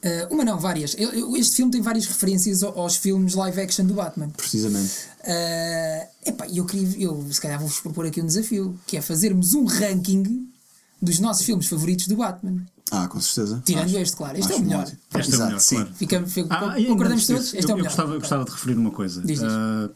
Ah, uma não, várias. Eu- eu- este filme tem várias referências ao- aos filmes live action do Batman. é, precisamente. Ah, epá, eu queria, eu se calhar vou-vos propor aqui um desafio, que é fazermos um ranking dos nossos filmes favoritos do Batman. Ah, com certeza. Tirando Acho- este, claro. Este é o acho melhor. ótimo. Este é o Exato, melhor, sim. claro. Ficamos, fica- Ah, e ainda concordamos antes todos? Este disso, é eu, o eu melhor. gostava, eu gostava de referir uma coisa. Diz, diz. Ah,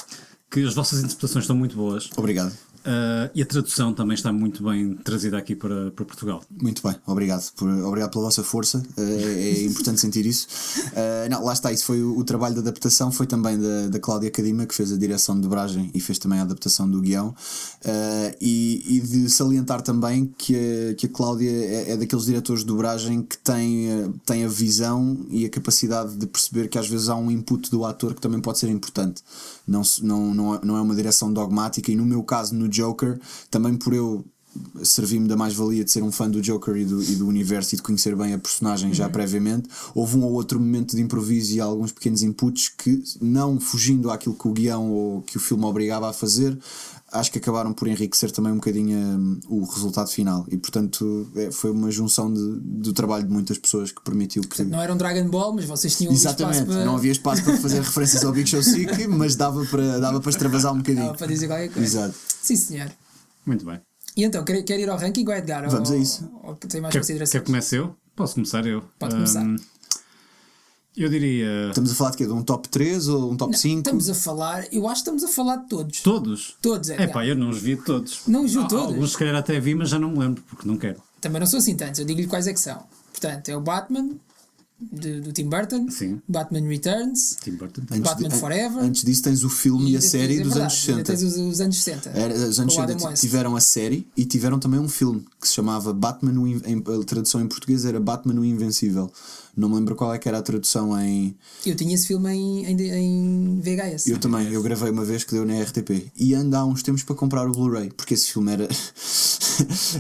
que as vossas interpretações estão muito boas Obrigado. ah, e a tradução também está muito bem trazida aqui para, para Portugal. Muito bem, obrigado, por, obrigado pela vossa força, eh, é importante sentir isso. Eh, não, lá está, isso foi o, o trabalho de adaptação, foi também da, da Cláudia Cadima, que fez a direção de dobragem e fez também a adaptação do guião. Eh, e, e de salientar também que a, que a Cláudia é, é daqueles diretores de dobragem que tem, eh, tem a visão e a capacidade de perceber que às vezes há um input do ator que também pode ser importante. Não, se- não, não, é- não é uma direção dogmática, e no meu caso, no Joker, também por eu servi-me da mais-valia de ser um fã do Joker e do, e do universo e de conhecer bem a personagem Uhum. já previamente. Houve um ou outro momento de improviso e alguns pequenos inputs que, não fugindo àquilo que o guião ou que o filme obrigava a fazer, acho que acabaram por enriquecer também um bocadinho hum, o resultado final. E portanto, é, foi uma junção de, do trabalho de muitas pessoas que permitiu que. Não era um Dragon Ball, mas vocês tinham ali Exatamente, espaço para... não havia espaço para fazer referências ao Big Show Sick, mas dava para, dava para extravasar um bocadinho. Dava para dizer qualquer coisa. Exato. Sim, senhor. Muito bem. E então, quer, quer ir ao ranking ou Edgar? Vamos ou, a isso. Ou tem mais Quer, quer considerações? comece eu? Posso começar eu? Pode começar. Ahm, eu diria. Estamos a falar de quê? De um top 3 ou um top 5? Estamos a falar... Eu acho que estamos a falar de todos. Todos? Todos, é, É pá, eu não os vi todos. Não os viu Há- todos? Alguns se calhar até vi, mas já não me lembro, porque não quero. Também não sou assim tantos, eu digo-lhe quais é que são. Portanto, é o Batman, de- do Tim Burton. Sim. Batman Returns. Tim Burton. Batman an- Forever. Antes disso, tens o filme e, a série é dos verdade, anos ainda 60. Tens os, os anos 60. Era- os anos com o Adam 60 West. tiveram a série e tiveram também um filme que se chamava Batman, o In- em, a tradução em português era Batman o Invencível. Não me lembro qual é que era a tradução em. Eu tinha esse filme em, em, em VHS. Eu também, eu gravei uma vez que deu na RTP. E ando há uns tempos para comprar o Blu-ray, porque esse filme era.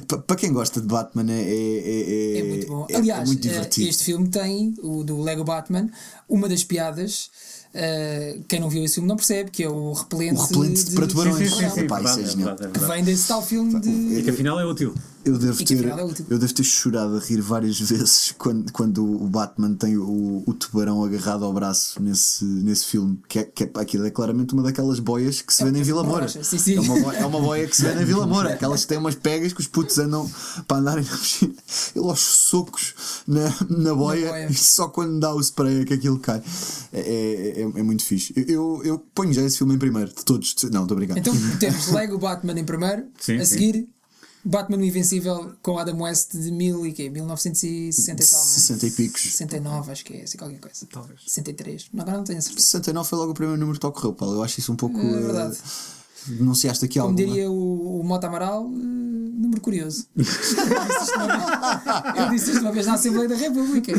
Pa- para quem gosta de Batman, é. É, é- É muito bom. é- é Aliás, muito eh, divertido. este filme tem, o do Lego Batman, uma das piadas. eh, quem não viu esse filme não percebe que é o repelente, O repelente para tubarões. Sim, sim, sim, sim, Epá, é isso é verdade, é genial. verdade, é que verdade. vem desse tal filme de. E que afinal é útil. Eu devo, E que ter, afinal é útil. eu devo ter chorado a rir várias vezes quando, quando o Batman tem o, o tubarão agarrado ao braço nesse, nesse filme. Que é, que é, aquilo é claramente uma daquelas boias que se vê em Vila Moura. É borracha, sim, sim. É, uma boia, é uma boia que se vê em Vila Moura. Aquelas que têm umas pegas que os putos andam para andarem na piscina. Ele aos socos na, na, boia, boia. e só quando dá o spray é que aquilo cai. É, é, é- é muito fixe. Eu, eu, eu ponho já esse filme em primeiro, de todos. Não, estou obrigado. Então temos Lego Batman em primeiro, Sim, a sim. seguir Batman o Invencível com Adam West de mil e quê? 1960 e tal, não é? 60 e picos. 69, acho que é, assim, qualquer coisa. Talvez. 63, Não, agora não tenho a certeza. 69 foi logo o primeiro número que te ocorreu, Paulo. Eu acho isso um pouco. É verdade. eh, denunciaste aqui Como alguma. diria o, o Mota Amaral, eh, número curioso. Eu disse isto uma vez- eu disse isto uma vez na Assembleia da República.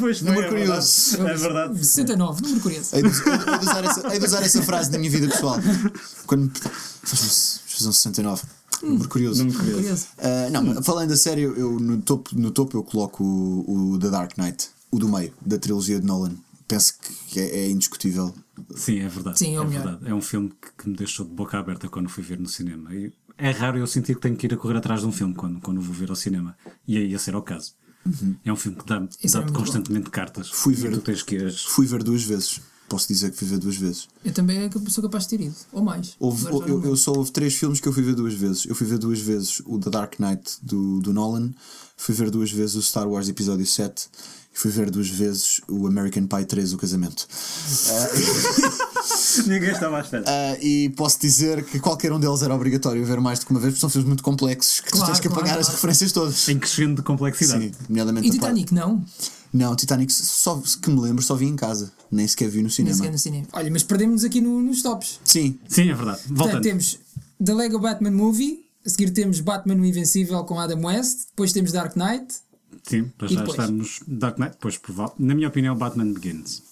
Pois foi, Número é curioso. verdade. É verdade. 69, número curioso. Hei de, us- hei de usar essa, hei de usar essa frase na minha vida pessoal. Quando. Faz um 69. Número curioso. Hum, curioso. Hum. Eh, não, mas falando a sério, eu no topo, no topo eu coloco o, o The Dark Knight, o do meio, da trilogia de Nolan. Penso que é, é indiscutível. Sim, é verdade. Sim, é o melhor. verdade. É um filme que, que me deixou de boca aberta quando fui ver no cinema. E é raro eu sentir que tenho que ir a correr atrás de um filme quando, quando vou ver ao cinema. E aí esse era o caso. É um filme que dá- dá-te Uhum. Isso era muito constantemente cartas. Fui E ver. Tu tens que ir às- Fui ver duas vezes. Posso dizer que fui ver duas vezes. Eu também sou capaz de ter ido, ou mais. Houve- Agora já não eu, me eu lembro. só houve três filmes que eu fui ver duas vezes. Eu fui ver duas vezes o The Dark Knight do, do Nolan, fui ver duas vezes o Star Wars Episódio 7 e fui ver duas vezes o American Pie 3, o casamento. Ninguém estava à espera. Ah, e posso dizer que qualquer um deles era obrigatório ver mais do que uma vez, porque são filmes muito complexos que Claro, tu tens que claro, apagar as claro. referências todas. Em crescendo de complexidade. Sim, nomeadamente E a parte- Titanic, não? Não, Titanic, só que me lembro, só vi em casa, nem sequer vi no Nem cinema. sequer no cinema. Olha, mas perdemos-nos aqui no- nos tops. Sim, Sim, é verdade. Portanto, Voltando. temos The Lego Batman Movie, a seguir temos Batman o Invencível com Adam West, depois temos Dark Knight. Sim, para E já depois? estarmos Dark Knight, depois provável. Na minha opinião, Batman Begins.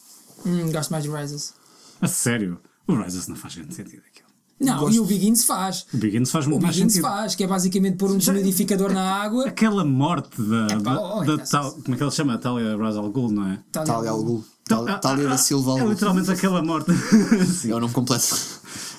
Hum, gosto mais de Rises. A sério, o Rises não faz grande sentido aquilo. Não, Gosto. e o Begins faz. O Begins faz O muito mais Begins sentido. É faz, que é basicamente pôr um deshumidificador na água. Aquela morte da, Epá, da- oh, da graças. tal, como é que ele se chama? A Talia Ra's al Ghul, não é? Tal e tal é algum. algo. Tal, ah, tal era Silva É algo. literalmente aquela morte. Sim. É o nome completo.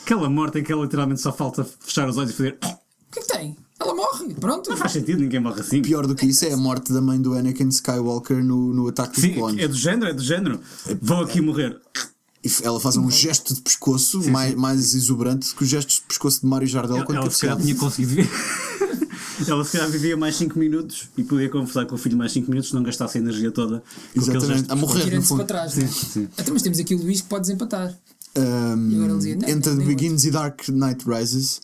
Aquela morte em que ela literalmente só falta fechar os olhos e fazer. O que é que tem? Ela morre, pronto. Não faz sentido, ninguém morre assim. Pior do que isso é a morte da mãe do Anakin Skywalker no, no ataque dos Sim, clones. é do género, é do género. Vou aqui morrer. E f- ela Uhum. faz um gesto de pescoço mais, mais exuberante que os gestos de pescoço de Mário Jardel Ela, É quando ela se calhar cabeceava. tinha conseguido ver. Ela se calhar vivia mais 5 minutos e podia conversar com o filho mais 5 minutos, não gastasse a energia toda. com aquele Exatamente, gesto. a morrer, no Tirando-se para fundo. trás, né? Até mas temos aqui o Luís que pode desempatar. Um, E agora ele dizia, não, Entre nem- The nem Begins e Dark Knight Rises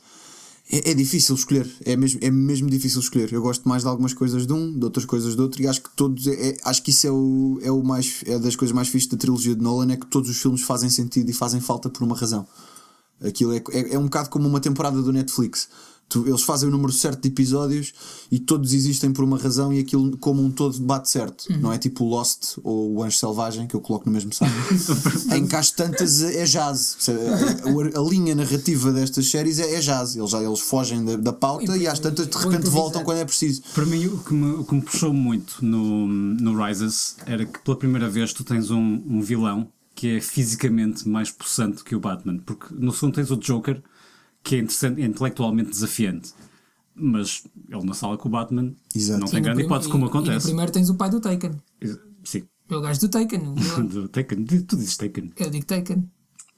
é, é difícil escolher, é mesmo, é mesmo difícil escolher. Eu gosto mais de algumas coisas de um, de outras coisas de outro, e acho que todos é, é- acho que isso é o, é o mais é das coisas mais fixas da trilogia de Nolan, é que todos os filmes fazem sentido e fazem falta por uma razão. Aquilo é, é, é um bocado como uma temporada do Netflix. Tu- eles fazem o número certo de episódios e todos existem por uma razão e aquilo como um todo bate certo. Não é tipo o Lost ou o Anjo Selvagem, que eu coloco no mesmo saco. em que às tantas é jazz. Ou seja, A, a- a linha narrativa destas séries é, é jazz. Eles, já, eles fogem da, da pauta e às tantas de Vão repente voltam improvisar. quando é preciso. Para mim, o que me, o que me puxou muito no, no Rises era que pela primeira vez tu tens um, um vilão que é fisicamente mais possante que o Batman. Porque no segundo tens o Joker, que é, interessante, é intelectualmente desafiante. Mas ele na sala com o Batman Exato. não E tem no grande prim- hipótese, como e- E no acontece. primeiro tens o pai do Taken. Sim. É o gajo do Taken. o vilão. Do Taken. Tu dizes Taken. Eu digo Taken.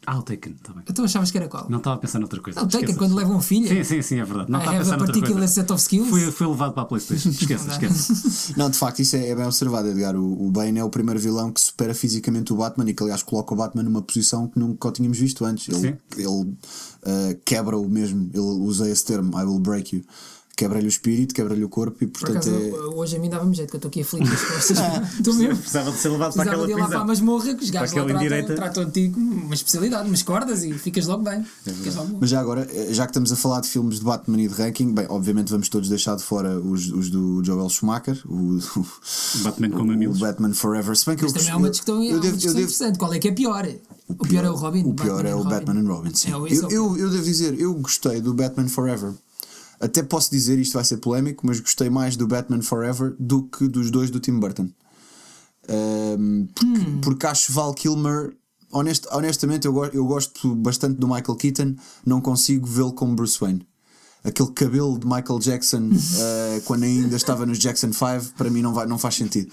Ah, o Taken, está bem. Então achavas que era qual? Não estava a pensar noutra coisa. Não, o Taken Esqueça. quando leva um filho. Sim, sim, sim, é verdade. Não I estava a have pensar a noutra particular coisa. set of skills. Foi, foi levado para a PlayStation. Esquece, esquece. Não, de facto, isso é, é bem observado, Edgar. O, o Bane é o primeiro vilão que supera fisicamente o Batman e que, aliás, coloca o Batman numa posição que nunca o tínhamos visto antes. Ele, Sim. ele ah, quebra-o mesmo. Ele usa esse termo: I will break you. Quebra-lhe o espírito, quebra-lhe o corpo e, Por portanto, acaso, é. Ah, eu- hoje a mim dava-me jeito, que eu estou aqui aflito com as costas. Estou mesmo. Precisava de ser levado para Precisava aquela de ir lá para a prisão. masmorra, que os gajos Para lá aquela tratam, indireita. tratam de ti como uma especialidade, umas cordas e ficas logo bem. Ficas logo bom. É Mas já agora, eh, já que estamos a falar de filmes de Batman e de ranking, bem, obviamente vamos todos deixar de fora os, os do Joel Schumacher, o, o- Batman com o mamilos. Batman Forever. Se bem que eu Também gost- há uma discussão, eu há uma devo- eu discussão devo- interessante. Qual é que é pior? O, pior, é o Robin. O pior é o Batman and Robin. sim. É, o- esse é eu, o eu, eu devo dizer, eu gostei do Batman Forever. Até posso dizer, isto vai ser polémico, mas gostei mais do Batman Forever do que dos dois do Tim Burton. Ahm, porque, Hum. porque acho Val Kilmer. honest- honestamente, eu, go- eu gosto bastante do Michael Keaton, não consigo vê-lo como Bruce Wayne. Aquele cabelo de Michael Jackson ah, quando ainda estava nos Jackson 5, para mim não, vai, não faz sentido.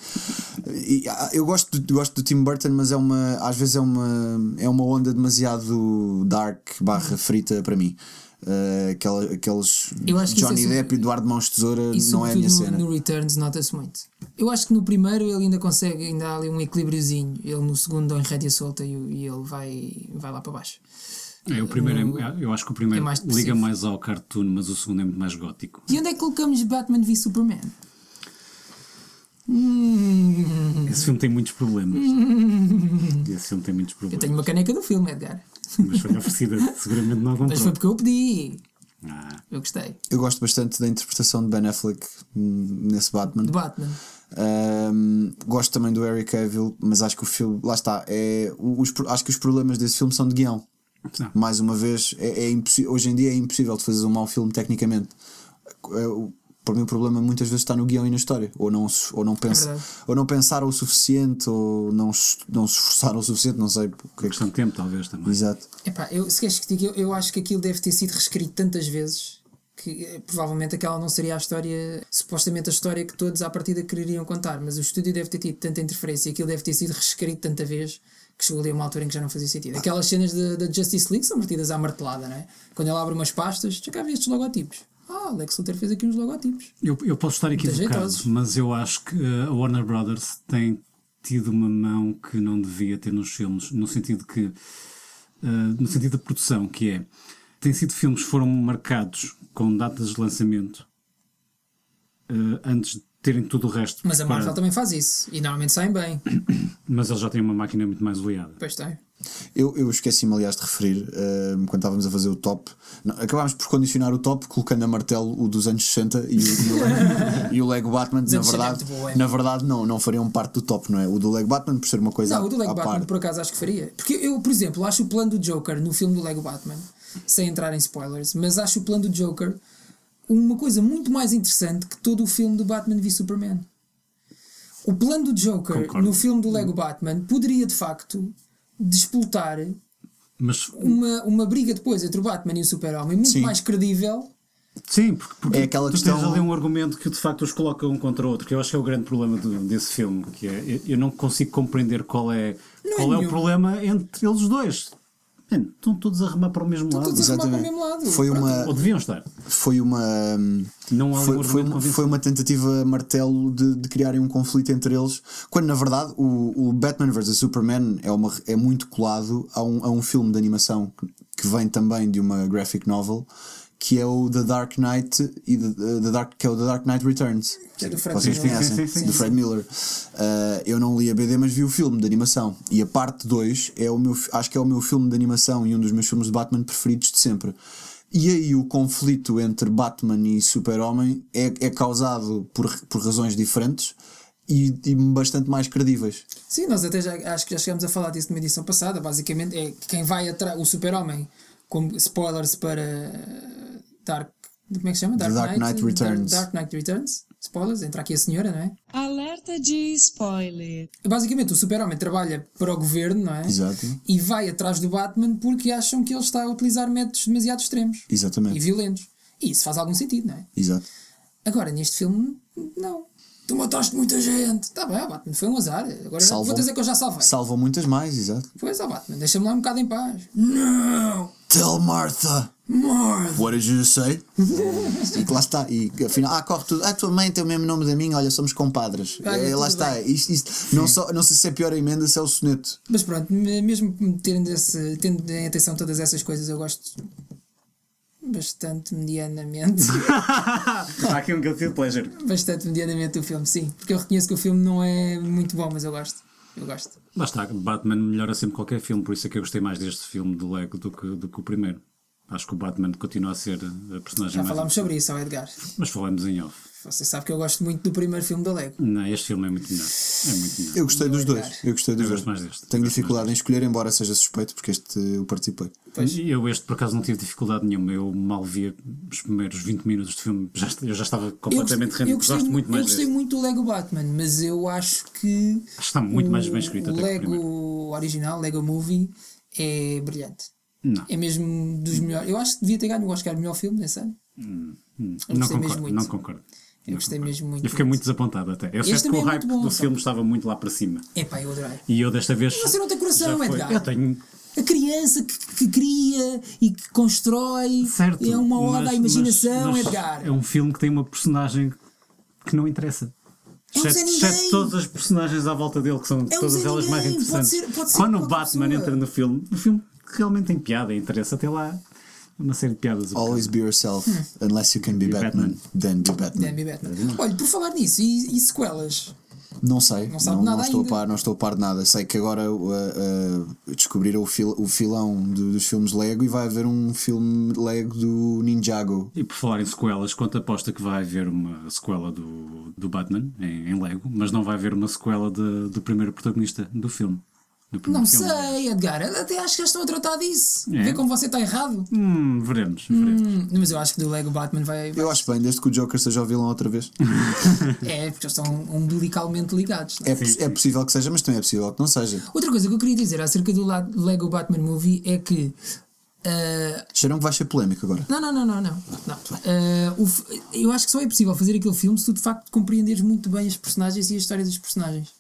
E, ah, eu gosto, do- gosto do Tim Burton, mas é uma, às vezes é uma, é uma onda demasiado dark barra frita para mim. Ah, aquela, aqueles Eu acho que isso Johnny é su- Depp e Eduardo Mãos de Tesoura Isso não é a minha cena. no Returns nota-se muito. Eu acho que no primeiro ele ainda consegue, ainda há ali um equilíbriozinho. Ele no segundo dá em rédea solta e, o- e ele vai, vai lá para baixo. É, o primeiro é- eu acho que o primeiro É mais depressivo. liga mais ao cartoon, mas o segundo é muito mais gótico. E onde é que colocamos Batman v Superman? Uhum. Esse filme tem muitos problemas. Esse filme tem muitos Eu problemas. tenho uma caneca do filme, Edgar. Mas foi oferecida, seguramente não Mas foi comprou. porque eu pedi. Ah, Eu gostei. Eu gosto bastante da interpretação de Ben Affleck hum, nesse Batman. De Batman. Hum, gosto também do Harry Cavill, mas acho que o filme, lá está, é, os, acho que os problemas desse filme são de guião. Ah. Mais uma vez, é, é impossi- hoje em dia é impossível de fazer um mau filme tecnicamente. É, o- para mim, o problema muitas vezes está no guião e na história, ou não, se- ou não, pensa, É verdade. ou não pensaram o suficiente, ou não, se- não se esforçaram o suficiente. Não sei o que é questão de que. tempo, talvez também. Exato. Epá, eu, se queres que te diga, eu, eu acho que aquilo deve ter sido reescrito tantas vezes que eh, provavelmente aquela não seria a história, supostamente a história que todos à partida quereriam contar, mas o estúdio deve ter tido tanta interferência e aquilo deve ter sido reescrito tanta vez que chegou ali a uma altura em que já não fazia sentido. Aquelas cenas da da Justice League são partidas à martelada, não é? Quando ele abre umas pastas, já cá vi estes logotipos. Ah, Lex Luthor fez aqui uns logotipos. Eu, eu posso estar equivocado, jeitosos. mas eu acho que eh, a Warner Brothers tem tido uma mão que não devia ter nos filmes, no sentido que eh, no sentido da produção, que é tem sido filmes que foram marcados com datas de lançamento eh, antes de terem tudo o resto. Mas a preparado. Marvel também faz isso e normalmente saem bem. Mas eles já têm uma máquina muito mais oleada. Pois tem. Eu, eu esqueci-me, aliás, de referir ehm, quando estávamos a fazer o top. Não, acabámos por condicionar o top colocando a martelo o dos anos 60 e o, e o, Lego- e o Lego Batman. Na anos 60 é verdade, muito bom, é? na verdade não, não fariam parte do top, não é? O do Lego Batman, por ser uma coisa Não, ah, o do Lego à Batman parte. por acaso acho que faria. Porque eu, por exemplo, acho o plano do Joker no filme do Lego Batman, sem entrar em spoilers, mas acho o plano do Joker uma coisa muito mais interessante que todo o filme do Batman v Superman. O plano do Joker Concordo. no filme do Lego Batman poderia de facto despoltar Mas uma, uma briga depois entre o Batman e o Super-Homem muito Sim. mais credível. Sim, porque, porque É aquela tu tens questão- ali um argumento que de facto os coloca um contra o outro, que eu acho que é o grande problema do- desse filme, que é eu, eu não consigo compreender qual é, Não é qual é, o nenhum. problema entre eles dois. Mano, estão todos a remar para o mesmo lado. todos a- Exatamente. Para o mesmo lado. Foi uma. Ou deviam estar. Foi uma. Não há um Foi, foi, argumento uma, convincente. foi uma tentativa martelo de, de criarem um conflito entre eles, quando na verdade o, o Batman vs Superman é, uma, é muito colado a um, a um filme de animação que- que vem também de uma graphic novel, que é o The Dark Knight, e The, The Dark, que é o The Dark Knight Returns. Que é do Frank Vocês Miller. conhecem, Sim, sim, sim. do Fred Miller. Uh, eu não li a BD, mas vi o filme de animação. E a parte 2 é o meu, fi- acho que é o meu filme de animação e um dos meus filmes de Batman preferidos de sempre. E aí o conflito entre Batman e Super-Homem é, é causado por, por razões diferentes e, e bastante mais credíveis. Sim, nós até já, acho que já chegámos a falar disso numa edição passada. Basicamente é que quem vai atrás, o super-homem, como spoilers para eh, Dark. Como é que se chama? The Dark Knight Returns. Dark Knight Returns. Spoilers, entra aqui a senhora, não é? Alerta de spoiler. Basicamente o super-homem trabalha para o governo, não é? Exato. E vai atrás do Batman porque acham que ele está a utilizar métodos demasiado extremos e Exatamente. violentos. E isso faz algum sentido, não é? Exato. Agora, neste filme, não. Tu mataste muita gente. Está bem, ó Batman, foi um azar. Agora vou Salvam- dizer que eu já salvei. Salvam muitas mais, exato. Pois, ó Batman, deixa-me lá um bocado em paz. Não! Tell Martha! Morde! What did you say? e que lá está. E afinal, ah, corre tudo. Ah, tua mãe tem o mesmo nome da minha, olha, somos compadres. Olha, É, lá tudo está. Isto, isto- não, só, não sei se é a pior emenda, se é o soneto. Mas pronto, me- mesmo tendo, esse, tendo em atenção todas essas coisas, eu gosto bastante medianamente. Há aqui um guilty pleasure. bastante medianamente o filme, sim. Porque eu reconheço que o filme não é muito bom, mas eu gosto. Eu gosto. Lá está, Batman melhora sempre qualquer filme, por isso é que eu gostei mais deste filme do Lego do que, do que o primeiro. Acho que o Batman continua a ser a personagem Já mais. falámos sobre isso, ó Edgar. Mas falamos em off. Você sabe que eu gosto muito do primeiro filme da Lego. Não, este filme é muito melhor. É muito melhor. Eu gostei dos dois. Eu gostei dos Eu dois. gosto mais deste. Tenho Gosto dificuldade em escolher, embora seja suspeito, porque este eu participei. E Eu este por acaso não tive dificuldade nenhuma. Eu mal via os primeiros 20 minutos do filme. Já, est- eu já estava Eu completamente gostei, rendido. eu gostei, Gosto muito eu mais gostei deste. muito do Lego Batman, mas eu acho que. Acho que está muito mais bem escrito o até que o Lego primeiro. original, Lego Movie, é brilhante. Não. É mesmo dos melhores. Eu acho que devia ter ganho o Oscar de melhor filme nesse ano. eu Não gostei mesmo concordo, muito. não concordo. Eu gostei mesmo muito. Eu fiquei muito desapontado até. Eu Este sei que também o é hype muito bom, do sabe? filme estava muito lá para cima. Epá, eu adorei. E eu desta vez. Você não tem coração, já foi. Edgar. Eu tenho. A criança que, que cria e que constrói Certo. é uma oda mas- à imaginação, mas- mas Edgar. É um filme que tem uma personagem que não interessa. É um Zé Exceto, Ninguém. exceto todas as personagens à volta dele, que são Zé todas elas mais Ninguém. Pode interessantes. ser- pode ser Quando o qualquer Batman pessoa. entra no filme, o filme realmente tem piada, interessa até lá uma série de piadas. um Always be yourself, unless you can be, Batman, then be Batman. Damn you, Hum. Batman. Olha, por falar nisso, e, e sequelas? Não sei, Não não, sabe não, nada estou a ainda. par, não estou a par de nada. Sei que agora uh, uh, descobriram o, fil, o filão do- dos filmes Lego e vai haver um filme Lego do Ninjago. E por falar em sequelas, quanto aposta que vai haver uma sequela do, do Batman em, em Lego, mas não vai haver uma sequela de- do primeiro protagonista do filme. Do primeiro Não filme. sei, Edgar. Até acho que já estão a tratar disso. É. Vê como você está errado. Hum, veremos, veremos. Hum, Mas eu acho que do Lego Batman vai. Eu acho bem, desde que o Joker seja o vilão outra vez. É, porque eles estão umbilicalmente ligados. não é? É, poss- é possível que seja, mas também é possível que não seja. Outra coisa que eu queria dizer acerca do la- Lego Batman Movie é que. ah, Cheiram que vai ser polémico agora. não, não, não, não, não. não. Ah, o f- eu acho que só é possível fazer aquele filme se tu de facto compreenderes muito bem as personagens e a história dos personagens.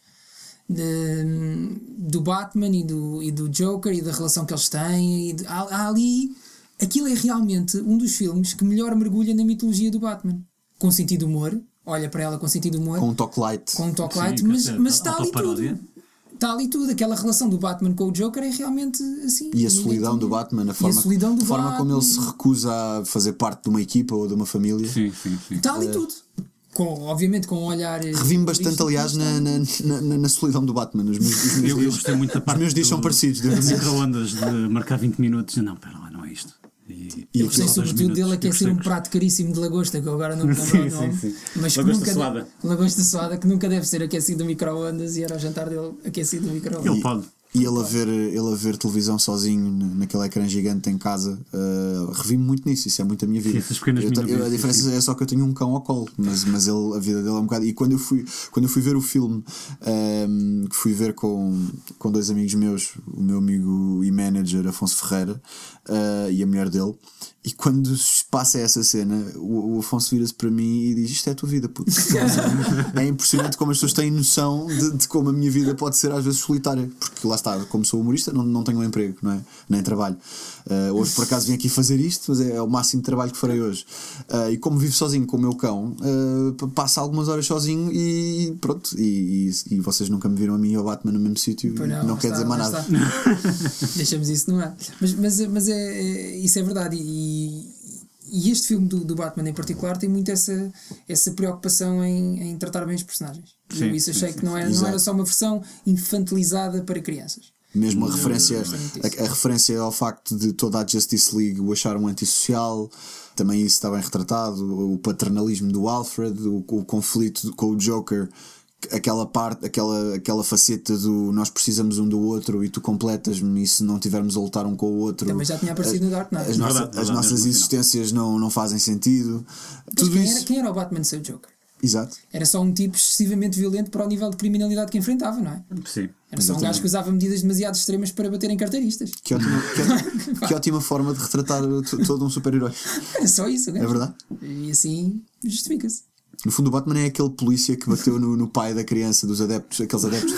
De- do Batman e do, e do Joker e da relação que eles têm. E de- há- há ali. Aquilo é realmente um dos filmes que melhor mergulha na mitologia do Batman. Com sentido de humor, olha para ela com sentido de humor. Com um toque light. com um toque light, Sim, mas, quer dizer, mas está ali autoparódia. tudo. Está ali tudo. Aquela relação do Batman com o Joker é realmente assim. E a solidão do Batman, a forma, solidão do a forma como ele Batman. se recusa a fazer parte de uma equipa ou de uma família. Sim, sim, sim. Está ali tudo. Com, obviamente com um olhar. eh, eh, Revi-me é bastante, aliás, na, na, na- na- na solidão do Batman. Os meus, os meus Eu, eu dias, gostei muito da parte. os meus dias do- são parecidos, devo das dizer. microondas de marcar 20 minutos. Não, pera lá, não é isto. E, Eu e Gostei aquilo, dois sobretudo minutos, dele, é que é eu ser gostei, um gostei. prato caríssimo de lagosta, que eu agora não me lembro Sim, o nome. sim, sim. Mas que Lagosta nunca, suada. Lagosta suada, que nunca deve ser aquecido do micro-ondas e era o jantar dele aquecido do micro-ondas. Ele pode. E ele a, ver, ele a ver televisão sozinho na- naquele ecrã gigante em casa, uh, revi-me muito nisso, isso é muito a minha vida. Sim, essas pequenas Eu te- eu- a minúcias, diferença é só que eu tenho um cão ao colo, mas, mas ele, a vida dele é um bocado. E quando eu fui, quando eu fui ver o filme, um, que fui ver com, com dois amigos meus, o meu amigo e manager Afonso Ferreira uh, e a mulher dele, e quando se passa essa cena, o, o Afonso vira-se para mim e diz: Isto é a tua vida, puto. é impressionante como as pessoas têm noção de, de como a minha vida pode ser às vezes solitária, porque lá está, como sou humorista, não, não tenho um emprego, não é? Nem trabalho. Eh, hoje, por acaso, vim aqui fazer isto, mas é, é o máximo de trabalho que farei hoje. Eh, e como vivo sozinho com o meu cão, eh, p- passo algumas horas sozinho e pronto. E, e- e vocês nunca me viram a mim e ao Batman no mesmo sítio, Pois não, lá quer está, dizer mais lá nada. está. Deixamos isso no ar. Mas, mas, mas é, é- isso é verdade. E, e este filme do, do Batman em particular tem muito essa, essa preocupação em, em tratar bem os personagens. E eu Sim, isso sim, achei sim, que não era, não Exato. era só uma versão infantilizada para crianças. Mesmo a referência, gosto muito disso. a, a referência ao facto de toda a Justice League o achar um antissocial, também isso está bem retratado, o paternalismo do Alfred, o, o conflito com o Joker, aquela parte, aquela, aquela faceta do nós precisamos um do outro e tu completas-me e se não tivermos a lutar um com o outro. Também já tinha aparecido no Dark Knight. As, nossa- Verdade, as verdade, nossas mesmo no existências não, não fazem sentido. Mas Tudo quem, isso. era, quem era o Batman sem o Joker? Exato. Era só um tipo excessivamente violento para o nível de criminalidade que enfrentava, não é? Sim. Era só um gajo que usava medidas demasiado extremas para bater em carteiristas. Que ótima, que, que ótima forma de retratar to- todo um super-herói. Era só isso, o É gajo. verdade? E assim justifica-se. No fundo, o Batman é aquele polícia que bateu no, no pai da criança, dos adeptos, aqueles adeptos.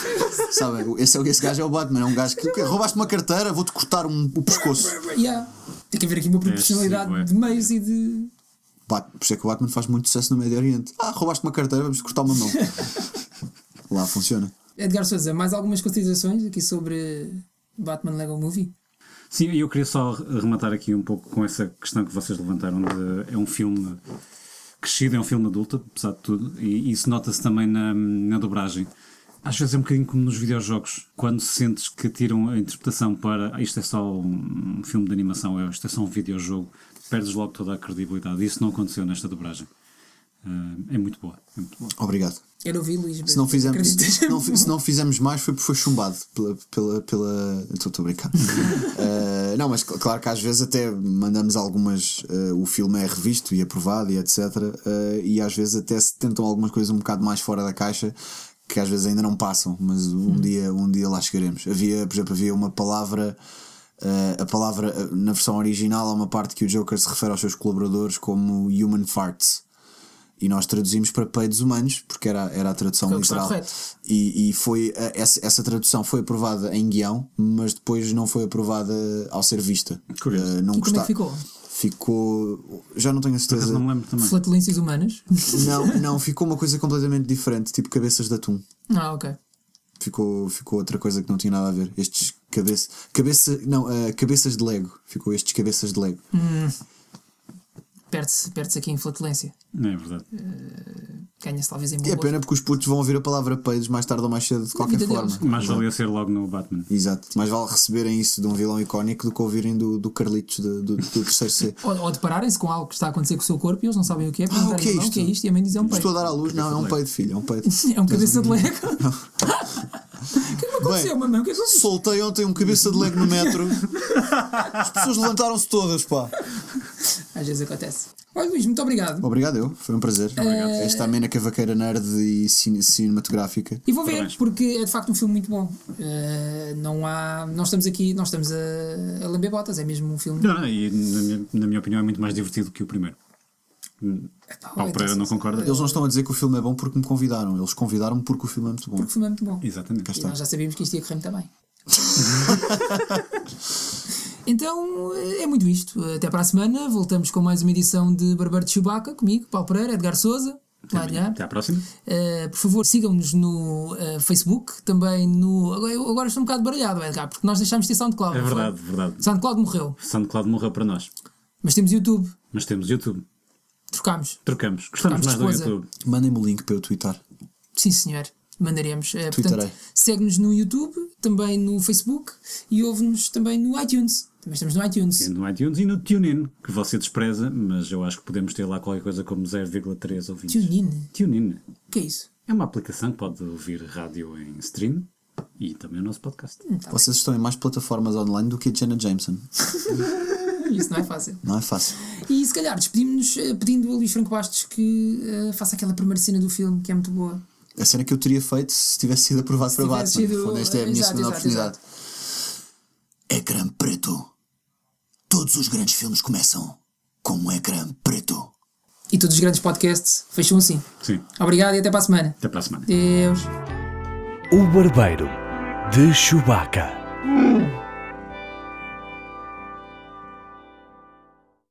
Sabem? Esse, é- esse gajo é o Batman, é um gajo que "O quê? roubaste uma carteira, vou-te cortar um, o pescoço. Yeah. Tem que haver aqui uma proporcionalidade excessivo, é. de meios e de. Bat, por isso é que o Batman faz muito sucesso no Médio Oriente. Ah, roubaste uma carteira, vamos cortar uma mão. Lá funciona. Edgar Souza, mais algumas considerações aqui sobre Batman Lego Movie? Sim, eu queria só rematar aqui um pouco com essa questão que vocês levantaram de é um filme crescido, é um filme adulto, apesar de tudo, e isso nota-se também na, na dobragem. Às vezes é um bocadinho como nos videojogos, quando sentes que tiram a interpretação para "Ah, isto é só um um filme de animação, ou isto é só um videojogo, perdes logo toda a credibilidade. Isso não aconteceu nesta dobragem. Ah, é muito boa, é muito boa. Obrigado. Quero ouvir, Luís. Se não, fizemos, Acreditas? se, não, fi- se não fizemos mais foi porque foi chumbado pela. pela, pela... Estou estou a brincar. Eh, não, mas cl- claro que às vezes até mandamos algumas. eh, o filme é revisto e aprovado e etc. eh, e às vezes até se tentam algumas coisas um bocado mais fora da caixa que às vezes ainda não passam, mas um, dia, um dia lá chegaremos. Havia, por exemplo, havia uma palavra. eh, a palavra eh, na versão original há uma parte que o Joker se refere aos seus colaboradores como human farts e nós traduzimos para peidos humanos, porque era, era a tradução Que é o que está literal. correto. E, e foi a- essa, essa tradução foi aprovada em guião, mas depois não foi aprovada ao ser vista. Curioso. Eh, não E como é gosta- que ficou? Ficou. Já não tenho a certeza. Não me lembro também. Flatulências humanas? Não, não, ficou uma coisa completamente diferente, tipo cabeças de atum. Ah, ok. Ficou, ficou outra coisa que não tinha nada a ver. Estes cabeça. Cabeça. Não, eh, cabeças de Lego. Ficou estes cabeças de Lego. Hum. Perde-se perde aqui em flatulência. Não é verdade. Ganha-se talvez em E bom é gosto. pena porque os putos vão ouvir a palavra peidos mais tarde ou mais cedo, de qualquer é vida deles. forma. Mas valia ser logo no Batman. Exato. Mais vale receberem isso de um vilão icónico do que ouvirem do, do Carlitos do, do, do terceiro C. Ou, ou depararem-se com algo que está a acontecer com o seu corpo e eles não sabem o que é, perguntarem o que é "Não, isto?" é isto e a mãe diz é um Estou a peito. dar à luz, não, é um peito, filho, é um peito. É um cabeça de Lego. O que é que me aconteceu, Bem, mamãe? O que é que aconteceu? Soltei ontem um cabeça de lego no metro. As pessoas levantaram-se todas, pá. Às vezes acontece. Olha, Luís, muito obrigado. Obrigado, eu. Foi um prazer. Esta amena cavaqueira nerd e cine- cinematográfica. E vou ver, Parabéns. porque é de facto um filme muito bom. Eh, não há. Nós estamos aqui, nós estamos a, a lamber botas, é mesmo um filme. Não, não, e na minha, na minha opinião é muito mais divertido que o primeiro. Epá, Paulo olha, então Pereira não concorda? Eles não estão a dizer que o filme é bom porque me convidaram. Eles convidaram-me porque o filme é muito bom. O filme é muito bom. Exatamente. E nós já sabíamos que isto ia correr muito bem. então eh, é muito isto. Até para a semana. Voltamos com mais uma edição de Barbeiro de Chewbacca, comigo, Paulo Pereira, Edgar Souza. Lá Até à próxima. Uh, por favor, sigam-nos no uh, Facebook, também no. Agora, eu agora estou um bocado baralhado, Edgar, porque nós deixámos de ter SoundCloud. É não foi? verdade, verdade. SoundCloud morreu, SoundCloud morreu para nós. mas temos YouTube. Mas temos YouTube. Trocámos. Trocamos. Gostamos Trocamos mais do de coisa. YouTube. Mandem-me o link para eu twittar. Sim, senhor. Mandaremos. Uh, portanto, Twitterei. segue-nos no YouTube, também no Facebook e ouve-nos também no iTunes. Também estamos no iTunes. E No iTunes e no TuneIn, que você despreza, mas eu acho que podemos ter lá qualquer coisa como 0,3 ouvintes. TuneIn. TuneIn O que é isso? é uma aplicação que pode ouvir rádio em stream e também o nosso podcast. Então. Vocês estão em mais plataformas online do que a Jenna Jameson. Isso não é fácil. Não é fácil. E se calhar despedimos-nos eh, pedindo a Luís Franco Bastos que eh, faça aquela primeira cena do filme, que é muito boa. A cena que eu teria feito se tivesse sido aprovado para Batman. tivesse sido- No fundo, esta é a minha exato, segunda exato, oportunidade. Ecrã preto. Todos os grandes filmes começam com um ecrã preto. E todos os grandes podcasts fecham assim. Sim. Obrigado e até para a semana. Até para a semana. Deus. O Barbeiro de Chewbacca.